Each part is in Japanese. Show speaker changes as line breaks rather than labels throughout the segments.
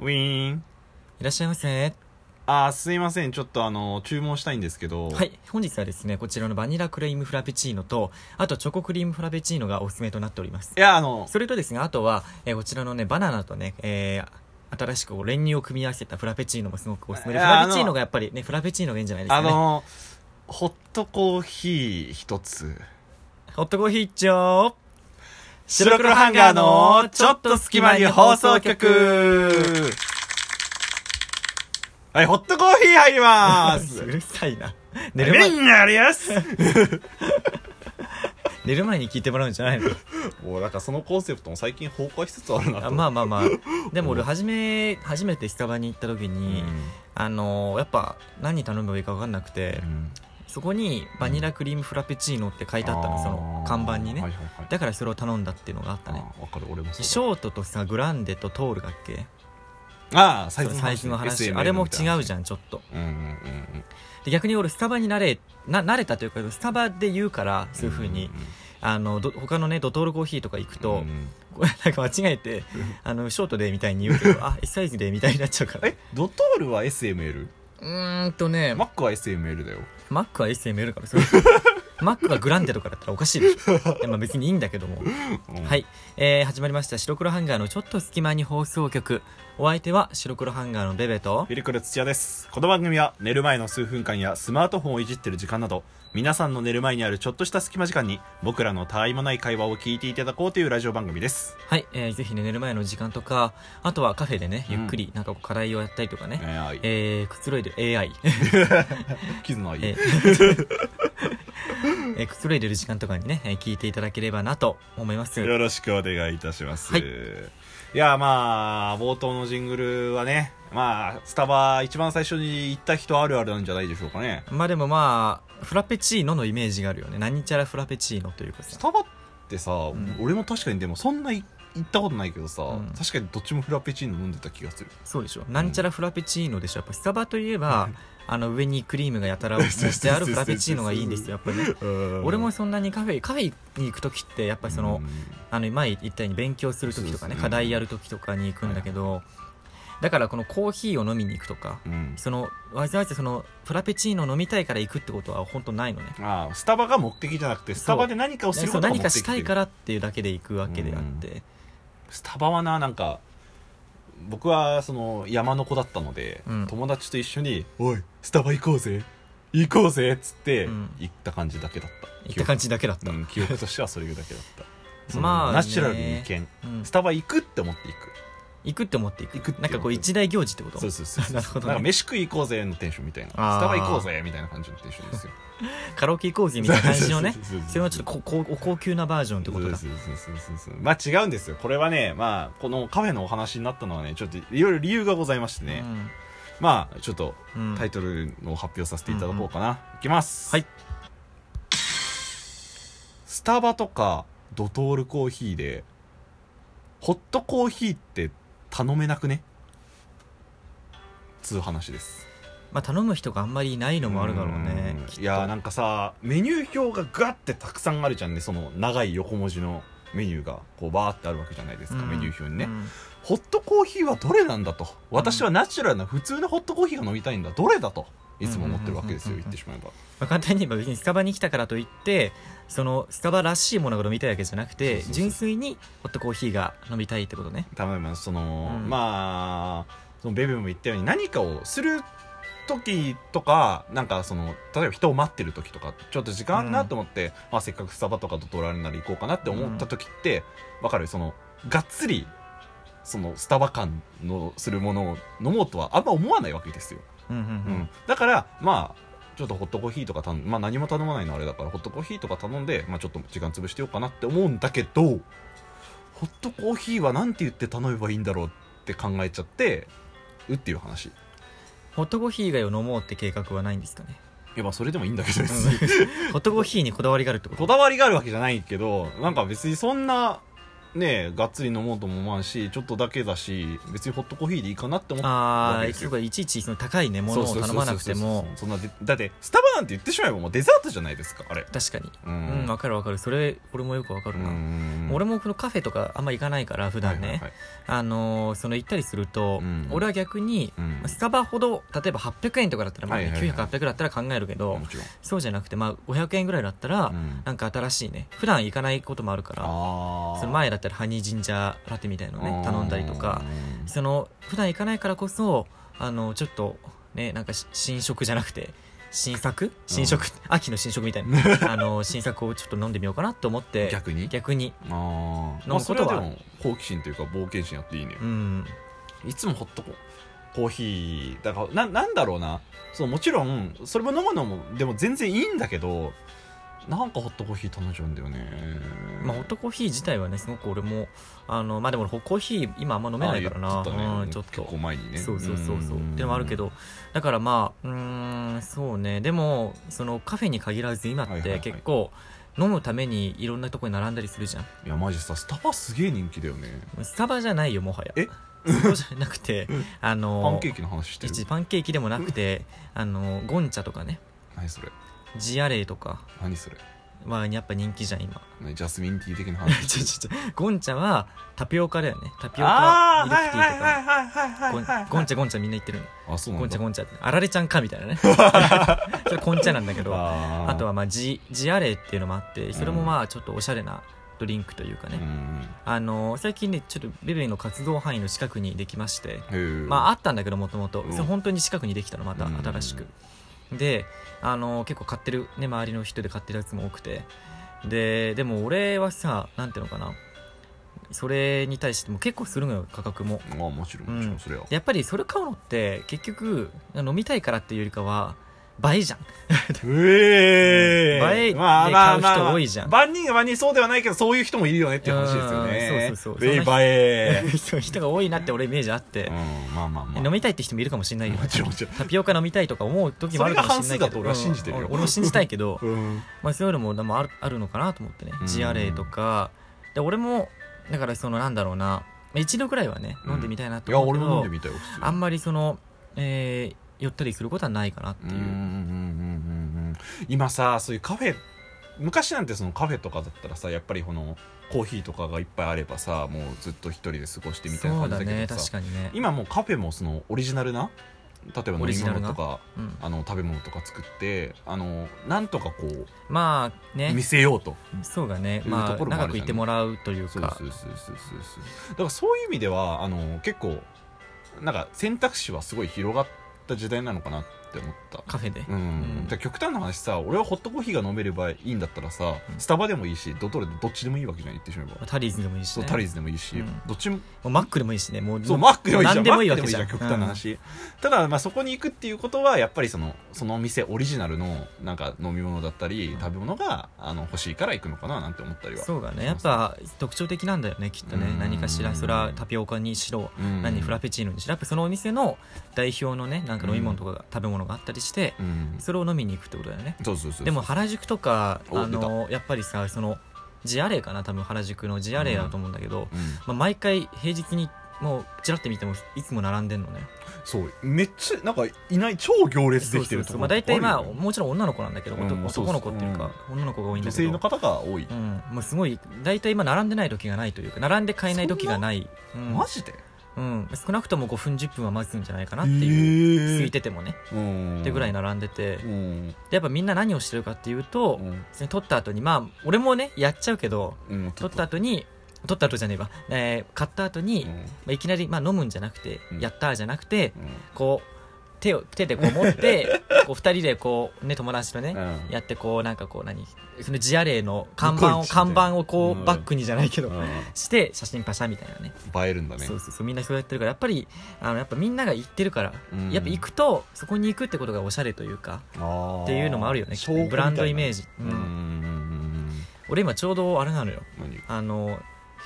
ウィーン
いらっしゃいませ。
あーすいませんちょっとあの注文したいんですけど
はい、本日はですね、こちらのバニラクリームフラペチーノと、あとチョコクリームフラペチーノがおすすめとなっております
い。やあの
それとですね、あとは、えーこちらのね、バナナとね、えー新しくこう練乳を組み合わせたフラペチーノもすごくおすすめで、
い
フ
や
ラペチーノがやっぱりね、フラペチーノがいいんじゃないです
あ
かね。
のホットコーヒー一つ
ホットコーヒー一丁
白黒ハンガーのちょっと隙間に放送局はいホットコーヒー入りま
う
す
るさいな。 寝る 前
みんなありやす
寝る前に聞いてもらうんじゃないの
もうなんかそのコンセプトも最近崩壊しつつあるなと
あまあまあまあでも俺初め初めてスタバに行った時に、あのーやっぱ何頼めばいいか分かんなくて、
うん
そこにバニラクリームフラペチーノって書いてあったの、
ー
その看板にね、
はいはいはい
だからそれを頼んだっていうのがあったね
あーわかる俺もそうだ
ショートとさグランデとトールだっけ
ああ
そ
サイ
の
ズ
サイズの話
SML
あれも違う
み
じゃんちょっと
たいなうんうんうんうん
で逆に俺スタバに慣れな慣れたというかスタバで言うからそういうふうに、
んんん
あのど他のねドトールコーヒーとか行く
う
と、
ん
これなんか間違 えてあのショートでみたいに言うけどあ S サイズでみたいになっちゃうから
えドトールは SML
うーんとね
マックは SML だよ
マックは SML からそれマックがグランデとかだったらおかしいでし ょいやまあ別にいいんだけどもはいい、えー、始まりました白黒ハンガーのちょっと隙間に放送局お相手は白黒ハンガーのベベと
フィリクル土屋ですこの番組は寝る前の数分間やスマートフォンをいじってる時間など皆さんの寝る前にあるちょっとした隙間時間に僕らのたわいもない会話を聞いていただこうというラジオ番組です、
はい、えー、ぜひね寝る前の時間とかあとはカフェでね
う
ゆ
ん
っくりなんかこう課題をやったりとかね、
えーはい
えー、くつろいで AI
キズの愛
えーえーくつろいでる時間とかにね、えー聞いていただければなと思います
よろしくお願いいたします、
はい
い、やまあ冒頭のジングルはねまあスタバ一番最初に行った人あるあるなんじゃないでしょうかね
まあでもまあフラペチーノのイメージがあるよね何ちゃらフラペチーノというか
ス
さ
タバってさ、
ん
俺も確かにでもそんない行ったことないけどさ、
うん
確かにどっちもフラペチーノ飲んでた気がする
そうでしょなんちゃらフラペチーノでしょやっぱスタバといえばあの上にクリームがやたら 塗ってあるフラペチーノがいいんですよやっぱりね俺もそんなにカフェカフェに行く時ってやっぱりその,、あの前言ったように勉強する時とか
そうで
ね
すね
課題やる時とかに行くんだけど、だからこのコーヒーを飲みに行くとか
うん、うん
そのわざわざそのフラペチーノ飲みたいから行くってことは本当ないのね
ああスタバが目的じゃなくてスタバで何かをする
そ
こ
う
とが
何
目
か
的
したいからっていうだけで行くわけであって、
スタバはななんか僕はその山の子だったので、
うん
友達と一緒に「おいスタバ行こうぜ行こうぜ」っつって
うん
行った感じだけだった、
行った感じだけだった、
うん記憶としてはそれだけだったその
まあね
ナチュラルに意見
うん
スタバ行くって思って行く
行くって思って行く
行くって
なんかこう一大行事ってこと
そうそうそうそう
なるほどね
んか飯食い行こうぜのテンションみたいなス
あー
タバ行こうぜみたいな感じのテンションですよ
カラオケ行こうぜみたいな感じのね
そうそうそうそう
それはちょっとここお高級なバージョンってことだ
そうそうそうそうそうまあ違うんですよこれはねまあこのカフェのお話になったのはねちょっといろいろ理由がございましてね、まあちょっと
うんうん
タイトルの発表させていただこうかな、いきます
はい
スタバとかドトールコーヒーでホットコーヒーって頼めなくねつう話です
まあ、頼む人があんまりいないのもあるだろうね
うん
きっと
いやーなんかさメニュー表がガッてたくさんあるじゃんねその長い横文字のメニューがこうバーってあるわけじゃないですか、
うん
メニュー表にね、
うん
ホットコーヒーはどれなんだと私はナチュラルな普通のホットコーヒーが飲みたいんだどれだといつも思ってるわけですよ
うんうん
言
うんうん
ってしまえば
まあ、簡単に言えば別にスタバに来たからといってそのスタバらしいものが飲みたいわけじゃなく
そうそ
て
うそう
純粋にホットコーヒーが飲みたいってことね
例えばその、
うん
まあそのベベも言ったように何かをする時とかなんかその例えば人を待ってる時とかちょっと時間あるなと思って、まあ、せっかくスタバとかドトラルなら行こうかなって思った時って、わかるそのがっつりそのスタバ感のするものを飲もうとはあんま思わないわけですよ。
うんうん
うんだからまあちょっとホットコーヒーとか頼んまあ何も頼まないのあれだからホットコーヒーとか頼んで、まあ、ちょっと時間潰してようかなって思うんだけどホットコーヒーはなんて言って頼めばいいんだろうって考えちゃってうっていう話
ホットコーヒー以外を飲もうって計画はないんですかね、
いやまあ それでもいいんだけど
う
別
ん
に
ホットコーヒーにこだわりがあるってこ
ことだわりがあるわけじゃないけどなんか別にそんなねがっつり飲もうとも思わんしちょっとだけだし別にホットコーヒーでいいかなって思った
あ
わ
あ
け
い
ですよ
ちいちその高いねものを頼まなくても
そうそうそうそうそんなでだってスタバなんて言ってしまえばもうデザートじゃないですかあれ
確かに
う
うんんわかるわかるそれ俺もよくわかるな、俺
も
もこのカフェとかあんま行かないから普段ね、あのーその行ったりすると、
うん
俺は逆に
うん
スタバほど例えば800円とかだったら、まあね
はいはいはい
900、800だったら考えるけど、
もちろん
そうじゃなくて、まあ、500円ぐらいだったら、
うん
なんか新しいね普段行かないこともあるから
あー
その前だったらハニージンジャーラテみたいのね頼んだりとか
うん
その普段行かないからこそあのちょっとねなんかし新食じゃなくて新作新食、秋の新食みたい なあの新作をちょっと飲んでみようかなと思って
逆に
逆に
ああ
む
まあそれは
こ
で
とは
も好奇心というか冒険心あっていいね
うん
いつもホットココーヒーだからななんだろうなそうもちろんそれも飲むのもでも全然いいんだけどなんかホットコーヒー頼んじゃうんだよね
まあ、ホットコーヒー自体はねすごく俺もあのまあでも俺コーヒー今あんま飲めないからな
あ言ってたね
うん、ちょっ
結
と
構前にね
そうそうそうそ
う
う
ん
でもあるけどだからまあうーんそうねでもそのカフェに限らず今
はい
っ
はいは
て
い
結構飲むためにいろんなとこに並んだりするじゃん
いやマジさスタバすげえ人気だよね
スタバじゃないよもはや
え
そこじゃなく てあの
パンケーキの話してる
一パンケーキでもなくてあのゴンチャとかね
何それ
ジアレイとか
何それ
はやっぱ人気じゃん今
何ジャスミンティー的な話
ちょちょちょゴンチャはタピオカだよねタピオカ
あ
ミ
ー
ル
は
ク
い
ティー
はい
とか、
はいはいはい
ゴ
はい
ン
はい
ゴンチャゴンチャみんな言ってるの
あそうな
ゴ
ん
ンチ
だ
ャゴンチャってあられちゃんかみたい なねそれコンチャなんだけどあ
あー
とはまあジジアレイっていうのもあってそれもまあちょっとおしゃれなドリンクというかね、
うん
あの最近ねちょっとベベの活動範囲の近くにできまして
うんへえ
まああったんだけどもともと
うん
本当に近くにできたのまた
うん
新しくであの結構買ってるね周りの人で買ってるやつも多くてででも俺はさなんていうのかなそれに対しても結構するのよ価格も
まあもちろんもちろんそれは
やっぱりそれ買うのって結局飲みたいからっていうよりかは倍じゃん
う
う
えー
ん倍で
まあまあまあ
買う人多いじゃん
万人が万人そうではないけどそういう人もいるよねっていう話ですよね
うんそうそうそう
え
そんな
ばえ
そういう人が多いなって俺イメージあって
うん、まあまあまあ
飲みたいって人もいるかもしれないよ
もちろんもちろん
タピオカ飲みたいとか思う時もあるかもしれないけど
それが半数だと俺は信じてるよ
うん俺も信じたいけど、
うん
まあ、そういうのもでもあるあるのかなと思ってね
うん
GRA とかで俺もだからそのなんだろうなまあ一度ぐらいはね飲んでみたいなと
いや
思う
俺
け
も飲んで
ど
みたよ普通に
あんまりその、えー寄ったりすることはないかなっていう
うんうんうんうんうん今さそういうカフェ昔なんてそのカフェとかだったらさやっぱりこのコーヒーとかがいっぱいあればさもうずっと一人で過ごしてみたいな
そう
感じだ
だ
け
ね
ど
確
さ、
かにね、
今もうカフェもそのオリジナルな例えば飲
オリ
み
ジナル
物
な
とか
うん、
あの食べ物とか作ってあのなんとかこう
まあね
見せようと
そうだね、
という
ま
と
あ、
ころもあるじゃん
長くいてもらうという
そうそう
か
そうそうそうそうだからそういう意味ではあの結構なんか選択肢はすごい広がった時代なのかなって思った
カフェで、
うん、
うん
だから極端な話さ俺はホットコーヒーが飲めればいいんだったらさ、
うん
スタバでもいいしドトレどっちでもいいわけじゃん言ってしまえば、
タリーズでもいいし、
そう
ね、
タリーズでもいいし、
うん
どっちも
もうマックでもいいしねもう
そうマックでもいいじゃん
何でもいいわけじゃん
マックでもいい極端な話、ただまあそこに行くっていうことはやっぱりそのそのお店オリジナルのなんか飲み物だったり、
うん
食べ物があの欲しいから行くのかななんて思ったりは
そうだねやっぱ特徴的なんだよねきっとね
うん
何かしらそれはタピオカにしろ
うん
何フラペチーノにしろやっぱそのお店の代表のねなんか飲み物とかが食べ物があったりして
うん
それを飲みに行くってことだよね
そうそうそうそう
でも原宿とか
お
あのやっぱりさそのジアレイかな多分原宿のジアレイだと思うんだけど、
うん
まあ、毎回平日にもうちらって見てもいつも並んでんのね
そうめっちゃなんかいない超行列できてる
そうそう
と
そう
こ
ま
ろ
あ大体まあ
るよね
もちろん女の子なんだけど、
うん
男
そうそう
男の子っていうか、女の子が多いん
女
だけど
性の方が多い、
うんもうすごい大体今並んでない時がないというか並んで買えない時がないうん
マジで
うん、少なくとも5分10分は待つんじゃないかな
な
っていう、空
う
いててもね
うん
ってぐらい並んでてで
うん
やっぱみんな何をしてるかっていう
う
と、
ん
それ取った後にまあ俺もねやっちゃうけど
うん
取った後に取った後じゃねえば、えー買った後に、
うん
まあ、いきなり、まあ、飲むんじゃなくて、
うん
やったーじゃなくて
うん
こう手を手でこう持って こう2人でこうね友達とね、
うん
やってこうなんかこう何そのジアレイの看板を
ニコイチみたい
看
な
板をこう、
うん
バックにじゃないけど、
う
して写真パシャみたいなね
ん映えるんだね
そうそうそうみんなそうやってるからやっぱりあのやっぱみんなが行ってるから、
うん
やっぱ行くとそこに行くってことがおしゃれというか
っ
っていうのもあるよねブランドイメージ
うん
う
うんんうん
俺今ちょうどあれなのよ
うん何
あの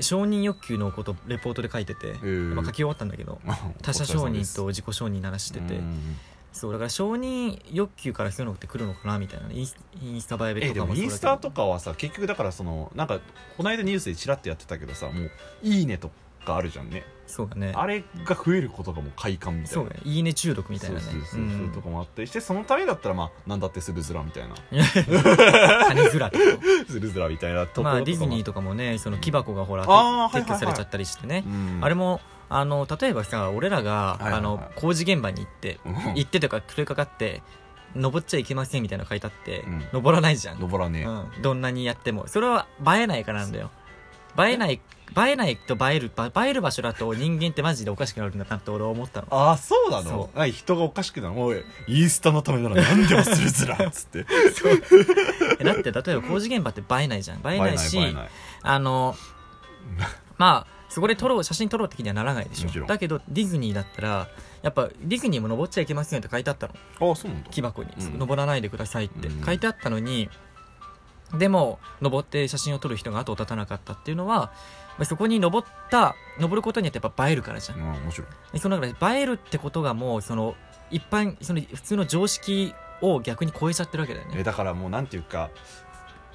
承認欲求のことレポートで書いてて、
ー
まあ書き終わったんだけど他者承認と自己承認ならしてて、
うん
そうだから承認欲求からそういうのってくるのかなみたいなインスインスタ映え
え
と
で
か
も
もそ
イ
うだけど
ンスタとかはさ結局だからそのなんかこの間ニュースでチラッとやってたけどさもう「いいね」とかあるじゃんね
そうだね
あれが増えることがもう快感みたい
そ
な
うだねいいね中毒みたいなね
そうそうそう
う
そういうんとかもあったりしてそのためだったらまあ何だってするずらみたいな
金づらとか
するずらみたいなところとか
まあディズニー
と
とかもねその木箱がほら
あーはいはいはい
撤去されちゃったりしてねあ
あ
れ
れも
もあの例えばさ俺らが
いはいはい
あの工事現場に行って行ってとか来るかかって登っちゃいけませんみたいなの書いてあって
うん
登らないじゃん
登らねえ
うん、どんなにやってもそれは映えないからなんだよ映えない映えないと映えるば映える場所だと人間ってマジでおかしくなるんだなって俺は思ったの
ああそうなの
そ
あ人がおかしくなるもうインスタのためなら何でもするずら っつって
えだって例えば工事現場って映えないじゃん映えないし
映えない映
あ のまあそこで撮ろう写真撮ろうって気にはならないでし
もちろ
ょ
ん
だけどディズニーだったらやっぱディズニーも登っちゃいけませんって書いてあったの
えないああそうなんだ
木箱に、
うん
登らないでくださいって
うん
書いてあったのに、でも登って写真を撮る人が後を絶たなかったっていうのはまあそこに登った登ることによってやっぱ映えるからじゃん
うん面白い
でその中で映えるってことがもうその一般その普通の常識を逆に超えちゃってるわけだよ
え
ね
だからもうなんていうか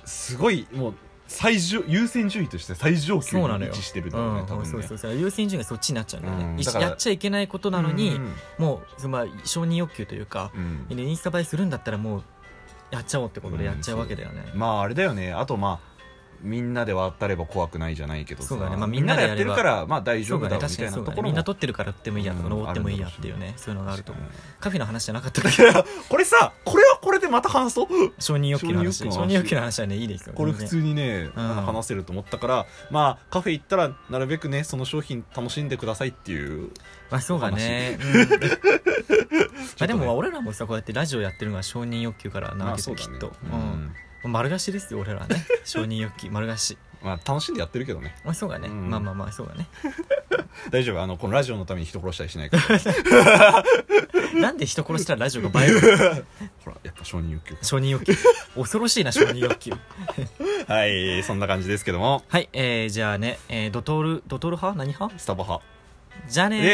すごいもう最上優先順位として最上級
そうなの
に位
よ
置してるんだ
う
ろうね
ん、
多分ね
そうそうそう優先順位がそっちになっちゃうんだよね、
うん
い
だから
やっちゃいけないことなのに、
うん
もうそのまあ承認欲求というか、
うん
インスタ映えするんだったらもうやっちゃおうってことでやっちゃうわけだよね、
まああれだよねあとまあみんなで渡れば怖くないじゃないけどさ
そうだねまあ
みんながやってる
みんな
か
で
らまあ大丈
そう
夫
だ
だろ
ね
うみ
確か
たい
に
な
そう
と
だ
ころ
ねみん
も
な撮ってるから撮ってもいいやとか、
うん
登ってもいいやっていうねそういうのがあると思う、
確か
カフェの話じゃなかったか
に いやこれさこれはこれでまた話そう
承認欲求の話
承認欲求の話
承認欲求の話はねいいですよ
これ
全
普
然
通にね、話せると思ったからまあカフェ行ったらなるべくねその商品楽しんでくださいっていう
まあそうだね、 うんまあでも俺らもさこうやってラジオやってるのは承認欲求からな
まあ
わけで、
そうだ
き
ね
っと、
う
うん
ん
丸貸しですよ俺ら はね承認欲求丸貸し
まあ楽しんでやってるけどね
まあそうだね、
うん
まあまあまあそうだね
大丈夫あのこのラジオのために人殺したりしないから
なんで人殺したらラジオが映える
ほらやっぱ承認欲 求
承認欲求恐ろしいな承認欲求
はいそんな感じですけども
はいえー、じゃあね、えー、ドトールドトール派何派
スタバ派
じゃあね
イ
ー
エーイ